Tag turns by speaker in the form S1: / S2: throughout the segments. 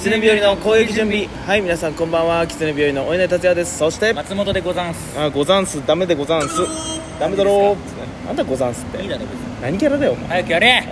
S1: 狐日和の攻撃準備はい皆さんこんばんは狐日和のお稲荷達也ですそして
S2: 松本でござんす
S1: あござんすダメでござんすダメだろーなんだござんすって
S2: いいだろ別に
S1: 何キャラだよお前
S2: 早くやれ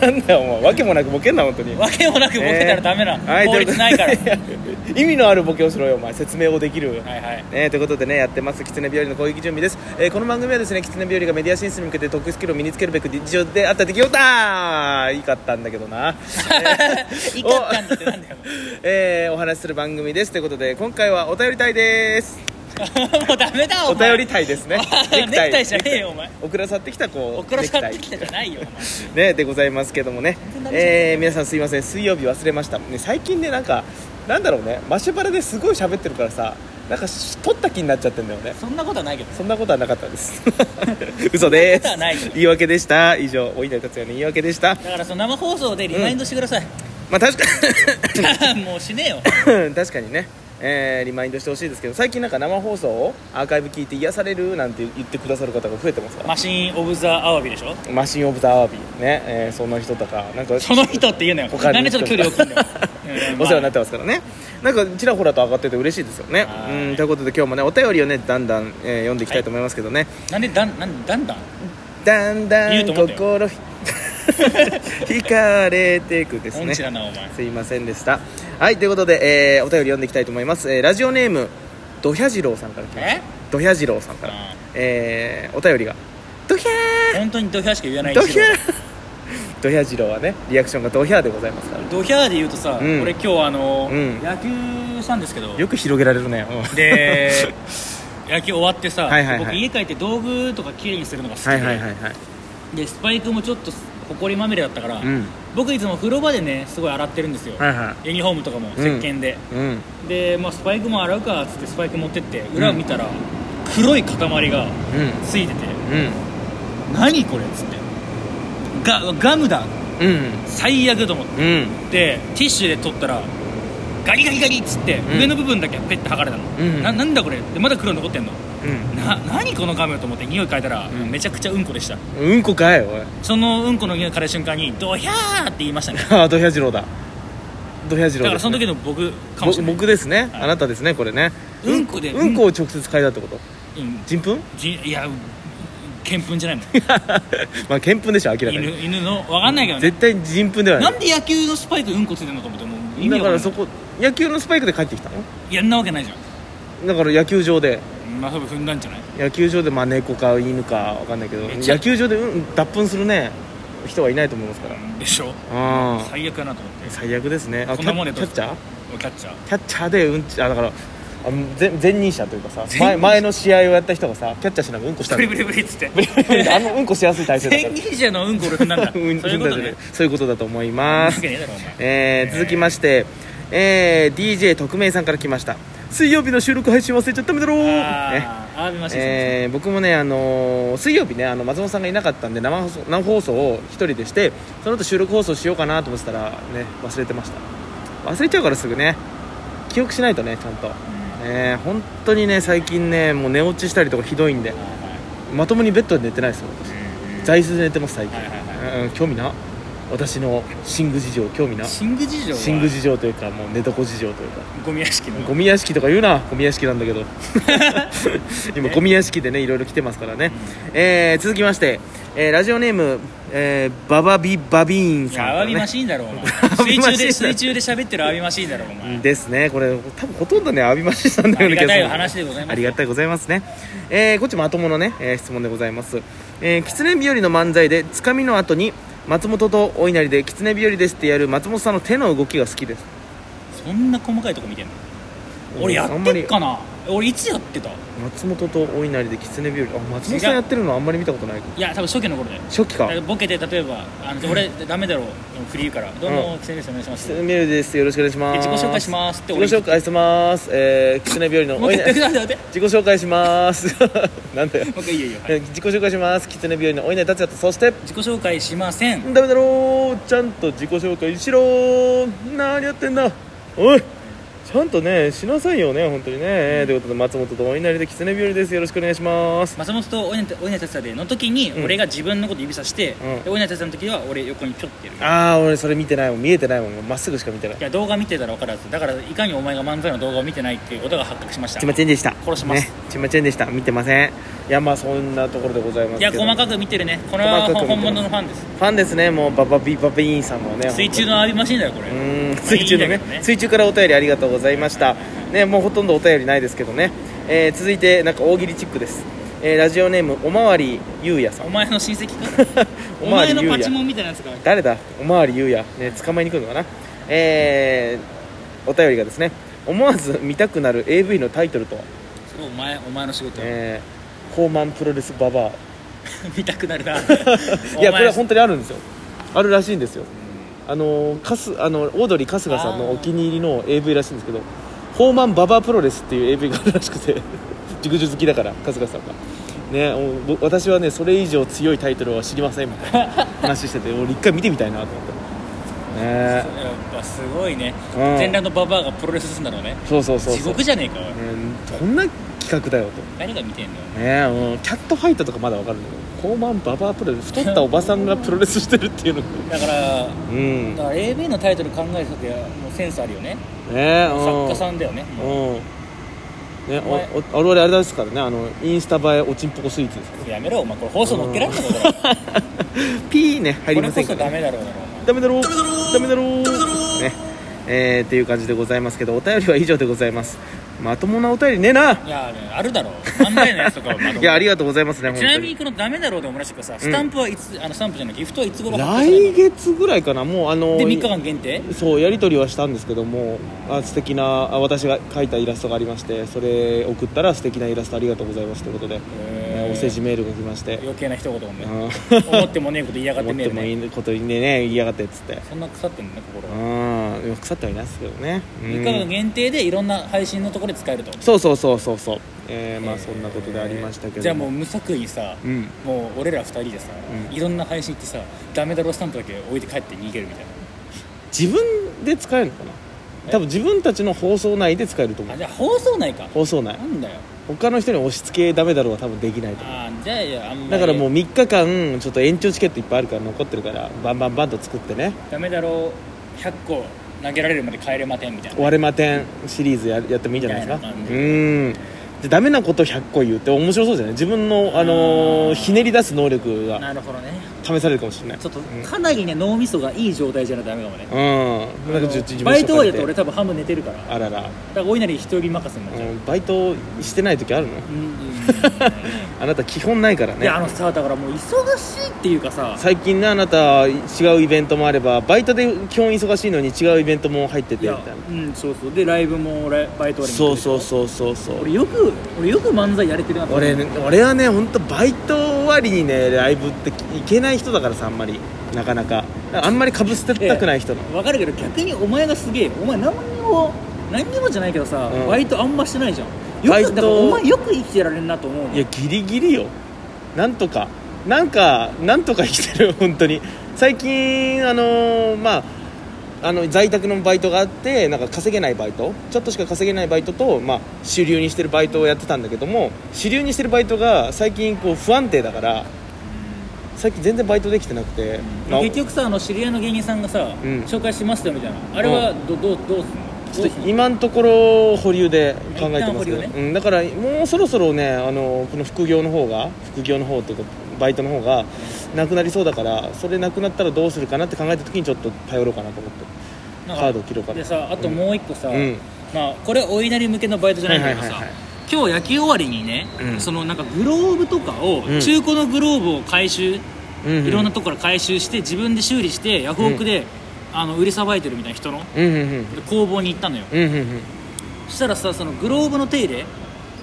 S1: あなんだよお前わけもなくボケんな本当に
S2: わけもなくボケたらダメな、
S1: えーはい
S2: 法律ないからは
S1: とうことで 意味のあるボケをしろよお前説明をできる
S2: い はい
S1: ね、ということでねやってます「狐日和の攻撃準備」です、えーこの番組はですね狐日和がメディア進出に向けて特殊スキルを身につけるべく日常であった出来事だいかったんだけど な
S2: いかったんだってなんだよ
S1: えーお話しする番組ですということで今回はお便り隊です
S2: もうダメだ
S1: お
S2: お前
S1: 便り隊ですね
S2: ネクタイじゃねえよお前
S1: 送らさってきたこう
S2: 送らさってき
S1: ネ
S2: たじゃないよお前
S1: クタイねでございますけどもね
S2: 当に、なりそう
S1: えー皆さんすいません水曜日忘れました、ね、最近ねなんかなんだろうねマシュパラですごい喋ってるからさなんかし取った気になっちゃってんだよね
S2: そんなことはないけど
S1: そんなことはなかったです 嘘です
S2: そんなことはない
S1: 言い訳でした以上お稲荷達也の言い訳でした
S2: だからその生放送でリマインドしてくだ さい、
S1: まあ確か
S2: もうしねえよ
S1: 確かにねえーリマインドしてほしいですけど最近なんか生放送をアーカイブ聞いて癒されるなんて言ってくださる方が増えてますから
S2: マシン・オブ・ザ・アワビでし ょ
S1: マシン・オブ・ザ・アワビね、えーその人とかなんか
S2: その人って言うなよ
S1: 他の人
S2: なんでちょっと距離を置く んだようん
S1: お世話になっ
S2: ま
S1: てますからねなんかちらほらと上がってて嬉しいですよね
S2: は
S1: う
S2: い
S1: んということで今日もねお便りをねだんだん、えー読んでいきたいと思いますけどね、
S2: あなんでだんなんだんだん
S1: だんだ
S2: 言
S1: ん
S2: うと思った
S1: 心 ひ惹かれていくです
S2: 音
S1: ね
S2: 痴だな お前
S1: すいませんでしたはいということで、えーお便り読んでいきたいと思います、えーラジオネームドヒャジロウさんから来ました
S2: え
S1: ドヒャジロウさんから、
S2: あ
S1: えーお便りがドヒャ
S2: 本当にドヒャーしか言えな
S1: ー
S2: い
S1: ドヒャードヒャジロウはねリアクションがドヒャーでございますから
S2: ドヒャーで言うとさ、
S1: うん
S2: 俺今日あの、
S1: うん
S2: 野球したんですけど
S1: よく広げられるね、うん
S2: で 野球終わってさ、
S1: はいはいはい
S2: 僕家帰って道具とかきれいにするのが好きで,、
S1: はいはいはいはい
S2: でスパイクもちょっとほこりまみれだったから、
S1: うん
S2: 僕いつも風呂場でねすごい洗ってるんですよ、
S1: はいは
S2: ユニフォームとかも石鹸で、
S1: いうん
S2: で、まあ、スパイクも洗うかっつってスパイク持ってって裏を見たら、黒い塊がついてて
S1: うん
S2: 「何これ」っつってガガムだ
S1: うん
S2: 最悪と思って
S1: うんうん
S2: でティッシュで取ったらガリガリガリっつって、
S1: ん
S2: 上の部分だけペッて剥がれたの、
S1: うん
S2: ななんだこれでまだ黒残ってんの
S1: うん
S2: な何このガムと思って匂い嗅いだら、
S1: ん
S2: めちゃくちゃうんこでした
S1: うんこかいおい
S2: そのうんこの匂い嗅いだ瞬間にドヒャーって言いましたね
S1: ああドヒャジローだドヒャジロ
S2: だ
S1: ー
S2: か
S1: で
S2: ら
S1: す
S2: その
S1: ね、
S2: 時の僕かもしれな
S1: ぼ
S2: い
S1: 僕ですね、
S2: はい
S1: あなたですねこれね
S2: うんこで
S1: うんうんこを直接嗅いだってこと
S2: うん
S1: 人糞
S2: じいやけんぷんじゃないもん
S1: まあ見糞でしょ明らか
S2: 犬
S1: に
S2: 犬のわかんないけどね
S1: 絶対人糞ではな
S2: ないんで野球のスパイクうんこついてんのと思ってもう意味
S1: だ
S2: わ
S1: か
S2: かんな
S1: ら
S2: い
S1: そこ野球のスパイクで帰ってきたの
S2: やんなわけないじゃん
S1: だから野球場で
S2: まあ多分踏んだんじゃない
S1: 野球場でまあ猫か犬かわかんないけど
S2: めっちゃ
S1: 野球場で、うん、脱糞するね人はいないと思いますから
S2: でしょ
S1: ああ
S2: 最悪だなと思って
S1: 最悪ですねあ
S2: こんなもんで
S1: キャッキャッチャー
S2: キャッチャー
S1: キャッチャーでうんちあだからあの前前任者というかさ
S2: 前任者
S1: 前前の試合をやった人がさキャッチャーしながらうんこした
S2: ブ
S1: の
S2: リブリブリっつ って
S1: ブリブリブリあのうんこしやすい体勢だから
S2: 千人者のうんこ俺踏んだんだ そう
S1: うん
S2: いうことね
S1: そういうことだと思い
S2: な
S1: ま
S2: わ
S1: す
S2: け、ねえだろお前
S1: えー続きまして、えー DJ 特命さんから来ました水曜日の収録配信忘れちゃったんだろう、ね
S2: あーあー見ましたね
S1: えー僕もね、あのー水曜日ねあの松本さんがいなかったんで生放送生放送を一人でしてその後収録放送しようかなと思ってたらね忘れてました忘れちゃうからすぐね記憶しないとねちゃんと、えー本当にね最近ねもう寝落ちしたりとかひどいんでまともにベッドで寝てないですよ私座椅子で寝てます最近、
S2: はいはいは
S1: う
S2: い
S1: ん、興味な私の寝具事情興味な
S2: シング事情は
S1: 寝具事情というかもう寝床事情というか
S2: ゴミ屋敷の
S1: ゴミ屋敷とか言うなゴミ屋敷なんだけ ど今ゴミ屋敷でねいろいろ来てますからね、えー続きまして、えーラジオネーム、えーババビバビーン
S2: い
S1: さん
S2: やア
S1: か
S2: ワ
S1: ら
S2: ビマ
S1: ね
S2: シーンだろお 前
S1: ワビマ
S2: 水
S1: シーンだ
S2: 中で水中で喋ってるアワビマシーンだろお前
S1: ですねこれ多分ほとんどねアビマシさんのような気がする
S2: ありがたいお話でございます
S1: ありがたいございますね、えーこっちまとものね、えー質問でございますえー狐、日和の漫才でつかみの後に松本とお稲荷で狐日和ですってやる松本さんの手の動きが好きです
S2: そんな細かいとこ見てんの俺や
S1: あん
S2: っ
S1: ま
S2: て
S1: り
S2: っかな俺いつやってたい
S1: 松本とお稲荷で狐日和あ松本さ
S2: 違
S1: ん
S2: う
S1: やってるのあんまり見たことない
S2: や多分初期の頃だよ
S1: 初期か
S2: ボケて例えば「あの俺ダメだろうフリーからどうもキセですお願いします」
S1: 狐日和ですよろしくお願いしま
S2: です自己紹介しますって俺
S1: 自己紹介しますえー狐日和の
S2: も
S1: お
S2: う一
S1: 稲
S2: 回
S1: 荷
S2: 待 って待って
S1: 自己紹介します なんだよ
S2: もう一回いいよいいよ、はい
S1: えー自己紹介します狐日和のお稲荷達也とそして
S2: 自己紹介しません
S1: ダメだろうちゃんと自己紹介しろ何やってんだおいちゃんとねしなさいよね本当にね、ということで松本とお稲荷で狐日和ですよろしくお願いします
S2: 松本とおいなおいなたさでの時に
S1: うん
S2: 俺が自分のこと指さして、
S1: うん
S2: でおいなたさんの時は俺横にピョッてやる
S1: ああ俺それ見てないもん見えてないもんまっすぐしか見てない
S2: いや動画見てたら分からずだからいかにお前が漫才の動画を見てないっていうことが発覚しました
S1: ちまちんでした
S2: 殺します
S1: ね、ちまちんでした見てませんいやまあそんなところでございます
S2: い
S1: け
S2: や
S1: ど
S2: 細かく見てるねこれは
S1: 細かく見てます
S2: 本物のファンです
S1: ファンですねもうババビバビーンさんもね
S2: 水中のアビマシンだよこれ、
S1: うーん水中の
S2: いい
S1: ね
S2: んだけどね
S1: 水中からお便りありがとうございましたねもうほとんどお便りないですけどね、えー続いてなんか大喜利チックです、えーラジオネームおまわりゆうやさん
S2: お前の親戚 かお前のパチモンみたいなやつか
S1: 誰だおまわりゆうや、ね、捕まえに来るのかなえー、お便りがですね思わず見たくなる AV のタイトルとは、
S2: それお前お前の仕事、
S1: えー、ホーマンプロレスババア
S2: 見たくなるな
S1: いや
S2: お前
S1: これは本当にあるんですよあるらしいんですよあのカスあのオードリー春日さんのお気に入りの AV らしいんですけど「ホーマンババアプロレス」っていう AV があるらしくて 熟女好きだから春日さんが。ね、おぼ私はねそれ以上強いタイトルは知りませんみたいな話してて 俺一回見てみたいなと思ってね
S2: やっぱすごいね
S1: うん
S2: 全裸のババアがプロレスするんだろうね
S1: そうそうそう
S2: 地
S1: そう、
S2: 獄じゃねえかおい
S1: うん、どんな企画だよと
S2: 誰が見てんのよ
S1: ねうん、キャットファイトとかまだわかるんだけどホーマンババアプロレス太ったおばさんがプロレスしてるっていうのが
S2: だから
S1: うん
S2: だ
S1: ね
S2: から AV のタイトル考える人ってもうセンスあるよね
S1: うん
S2: 作家さんだよね
S1: う
S2: も
S1: んね、
S2: お前
S1: おお我々あれですからねあのインスタ映えおちんぽこスイーツですか
S2: うやめろお前これ放送乗っけられんのかこれ
S1: ら ピーね入
S2: こ
S1: り
S2: れ
S1: ま
S2: こ
S1: せん
S2: そ
S1: か
S2: ダ
S1: ら
S2: メだろうな
S1: ダメだろうダメだろうねえー、っていう感じでございますけどお便りは以上でございますまともなお便りねえない
S2: やあるだろう漫才のやつとかはまだ
S1: いやありがとうございますね本
S2: ち
S1: 当
S2: なみにこのダメだろうでもらしくさスタンプはいつあのスタンプじゃないギフトはいつ頃発表される
S1: 来月ぐらいかなもうあの
S2: ので3日間限定
S1: そうやり取りはしたんですけどもあ素敵なあ私が描いたイラストがありましてそれ送ったら素敵なイラストありがとうございますということで、
S2: へー
S1: お世辞メールが来まして、
S2: 余計な一言お
S1: う
S2: 前
S1: ん
S2: 思ってもねえこと言いやがって
S1: 思っ
S2: ね
S1: て
S2: え
S1: も
S2: ね
S1: いいことにね言いやがってっつって
S2: そんな腐ってんのね心
S1: う
S2: は
S1: んでも腐ってはいないですけどね、うん
S2: 3日間限定でいろんな配信のところで使えると
S1: そうそうそうそうそうえー、まあそんなことでありましたけど、
S2: じゃあもう無作為にさ
S1: うん
S2: もう俺ら2人でさ
S1: うん
S2: いろんな配信行ってさダメだろスタンプだけ置いて帰って逃げるみたい
S1: 自分で使えるのかな多分自分たちの放送内で使えると思
S2: なあ
S1: う
S2: じゃあ放送内か
S1: 放送内
S2: なんだよ
S1: 他の人に押し付けダメだろうは多分できないと思
S2: ああじゃあいやあん
S1: う
S2: ま
S1: だ
S2: り
S1: からもう3日間ちょっと延長チケットいっぱいあるから残ってるからバンバンバンと作ってね
S2: ダメだろ100個投げられるまで帰れませんみたい
S1: 「
S2: な
S1: 割れまてん」シリーズややってもいいんじゃないです
S2: み
S1: か
S2: たいな感
S1: う
S2: じ
S1: んでダメなこと100個言うって面白そうじゃない自分の、あのーひねり出す能力が
S2: なるほどね
S1: 試されるかもしれない
S2: ちょっと
S1: うん
S2: かなりね脳みそがいい状態じゃないとダメかもね
S1: うんなんかちょっと自分
S2: バイト終わりだ
S1: で
S2: と俺多分半分寝てるからだか
S1: あらら、
S2: らお稲荷一人任せになっ
S1: う、
S2: ちゃうん
S1: バイトしてない時あるの
S2: うんうん
S1: あなた基本ないから
S2: い
S1: ね
S2: やあのさだからもう忙しいっていうかさ
S1: 最近ねあなた違うイベントもあればバイトで基本忙しいのに違うイベントも入って
S2: い
S1: てみ
S2: や
S1: たいな
S2: うんそうそうでライブもライバイト終わりに来るでし
S1: そ
S2: ょ
S1: うそうそうそうそう
S2: 俺よく俺よく漫才やれてるなと思って
S1: 俺ね俺はね本当バイト終わりにねライブって行けない人だからさあんまりなかなかあんまりかぶせてたくない人なの
S2: 分かるけど逆にお前がすげえお前何にも何にもじゃないけどさ、
S1: うん
S2: バイトあんましてないじゃん
S1: バイ
S2: よ
S1: ト
S2: くだからお前よく生きてられるなと思うの
S1: いやギリギリよなんとかなんかなんとか生きてる本当に最近あのーまああの在宅のバイトがあってなんか稼げないバイトちょっとしか稼げないバイトと、まあ、主流にしてるバイトをやってたんだけども主流にしてるバイトが最近こう不安定だから最近全然バイトできてなくて、まあ
S2: 結局さあの知り合いの芸人さんがさ、
S1: ん
S2: 紹介しますよみたいなあれはど,、うどうどうすんの
S1: ち
S2: ど
S1: ょ
S2: う
S1: っ
S2: すん
S1: と
S2: の
S1: 今のところ保留で考えてますけど、
S2: 一旦保留
S1: うん、だからもうそろそろねあのこの副業の方が副業の方というかバイトの方がなくなりそうだからそれなくなったらどうするかなって考えた時にちょっと頼ろうかなと思って
S2: なん
S1: カード切ろうかな
S2: でさあともう一個さ、
S1: うん
S2: まあ、これはお稲荷向けのバイトじゃないんだけどさ、
S1: はいはいはいはい
S2: 今日野球終わりにね、
S1: うん
S2: そのなんかグローブとかを、
S1: うん
S2: 中古のグローブを回収
S1: うんうん
S2: いろんなとこから回収して自分で修理してヤフオクで、あの売りさばいてるみたいな人の
S1: うんうんうん
S2: で工房に行ったのよ
S1: うんうんうん
S2: そしたらさそのグローブの手入れ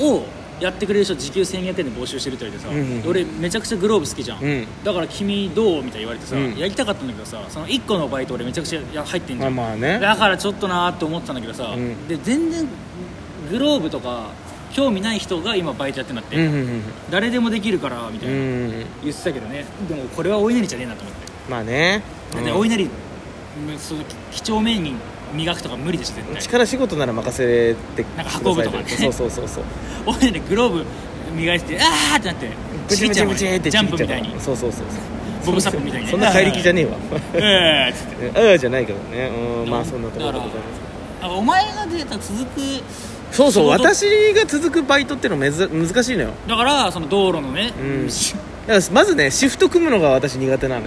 S2: をやってくれる人時給1200円で募集してると言ってさ、
S1: うんうん
S2: で俺めちゃくちゃグローブ好きじゃん、
S1: うん
S2: だから君どうみたいな言われてさ、
S1: うん
S2: やりたかったんだけどさその1個のバイト俺めちゃくちゃや入ってんじ
S1: ま
S2: ゃ
S1: あ
S2: ん、
S1: まあね
S2: だからちょっとなーって思ってたんだけどさ、
S1: うん
S2: で全然グローブとか興味ない人が今バイトやってんだって、
S1: うんうんうん
S2: 誰でもできるからみた
S1: う
S2: い
S1: んうん
S2: な
S1: うん
S2: 言ってたけどねでもこれはお稲荷じゃねえなと思って
S1: まあね
S2: だって
S1: うん
S2: お稲荷、その几帳面人磨くとか無理でしょ絶対
S1: 力仕事なら任せてくだ
S2: なんか
S1: さい
S2: 運ぶとかね
S1: そうそうそう そう
S2: 俺ねグローブ磨いててあーってなって
S1: ブチブチブチ
S2: ちぎっちゃうもんね
S1: って
S2: ジャンプ
S1: ちぎ
S2: み
S1: っち
S2: た
S1: ゃう
S2: いに
S1: そうそうそうそう
S2: ボブサップみたいにね
S1: そんな怪力じゃねえわ
S2: ええっつって
S1: ああじゃないけどねうんまあ
S2: だ
S1: そんなところでございます
S2: あお前が出た続く
S1: そうそう
S2: 仕事
S1: 私が続くバイトってのめず難しいのよ
S2: だからその道路のね、
S1: うんだからまずねシフト組むのが私苦手なのよ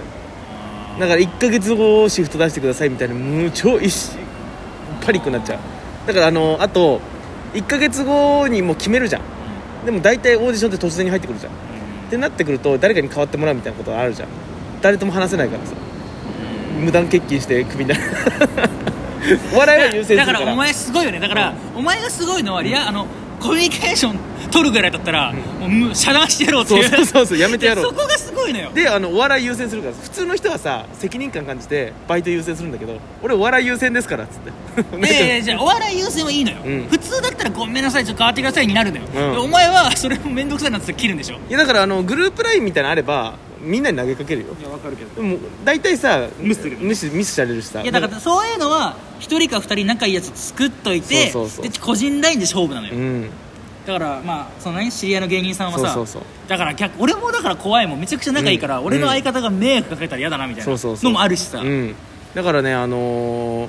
S1: だからら1ヶ月後シフト出してくださいみたいな無超一しパニックになっちゃうだからあのあと1ヶ月後にもう決めるじゃんでも大体オーディションって突然に入ってくるじゃんってなってくると誰かに代わってもらうみたいなことあるじゃん誰とも話せないからさ無断欠勤してクビになるお笑いは優先する
S2: だ
S1: か
S2: かららお前すごいよねだから、お前がすごいのはリアあのコミュニケーション取るぐらいだったら、もうむ遮断してやろうって
S1: そう
S2: いう
S1: そうそうそうやめて やろう
S2: そこがすごいのよ
S1: であのお笑い優先するから普通の人はさ責任感感じてバイト優先するんだけど俺お笑い優先ですからっつって
S2: いやいやじゃあお笑い優先はいいのよ、
S1: うん
S2: 普通だったらごめんなさいちょっと変わってくださいになるのよ、
S1: うん
S2: でお前はそれも面倒くさいなって切るんでしょ
S1: いやだからあのグループラインみたいなのあればみんなに投げかけるよ
S2: いやわかるけど
S1: でも大体さ
S2: 無視する
S1: 無視ミスされるしさ
S2: いやだからそういうのは一人か二人仲いいやつ作っといて
S1: そうそうそう
S2: で個人ラインで勝負なのよ、
S1: うん
S2: だからまあその何知り合いの芸人さんはさ
S1: そうそうそう
S2: だから逆俺もだから怖いもんめちゃくちゃ仲いいから、
S1: うん
S2: 俺の相方が迷惑かけたら嫌だなみたい
S1: そ
S2: な
S1: うそうそう
S2: のもあるしさ
S1: うんだからねあのー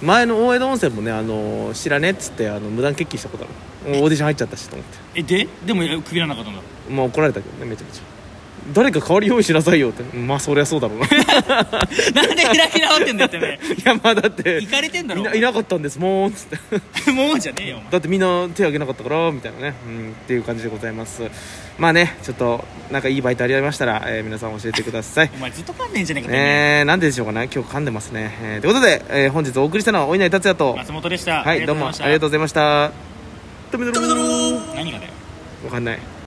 S1: 前の大江戸温泉もね、あのー知らねえっつってあの無断欠勤したことあるもうオーディション入っちゃったしと思って
S2: えででもえクビらなかったんだ
S1: まあ怒られたけどねめちゃめちゃ誰か代わり用意しなさいよってまあそりゃそうだろうな い
S2: なんで開き直ってんだよってね
S1: やまあだ って
S2: 行かれてんだろ
S1: いないなかったんですもんっつって
S2: もうじゃねえよお前
S1: だってみんな手挙げなかったからみたいなね、うん、っていう感じでございますまあねちょっとなんかいいバイトありましたら、えー皆さん教えてください
S2: お前ずっと噛んでんじゃねえかね
S1: えー、なんででしょうかね今日噛んでますね、えー、ということで、えー本日お送りしたのはお稲荷達也と
S2: 松本でした
S1: はいどうもありがとうご
S2: う
S1: ざいましたとめどろー
S2: ございました何がだよ
S1: わかんない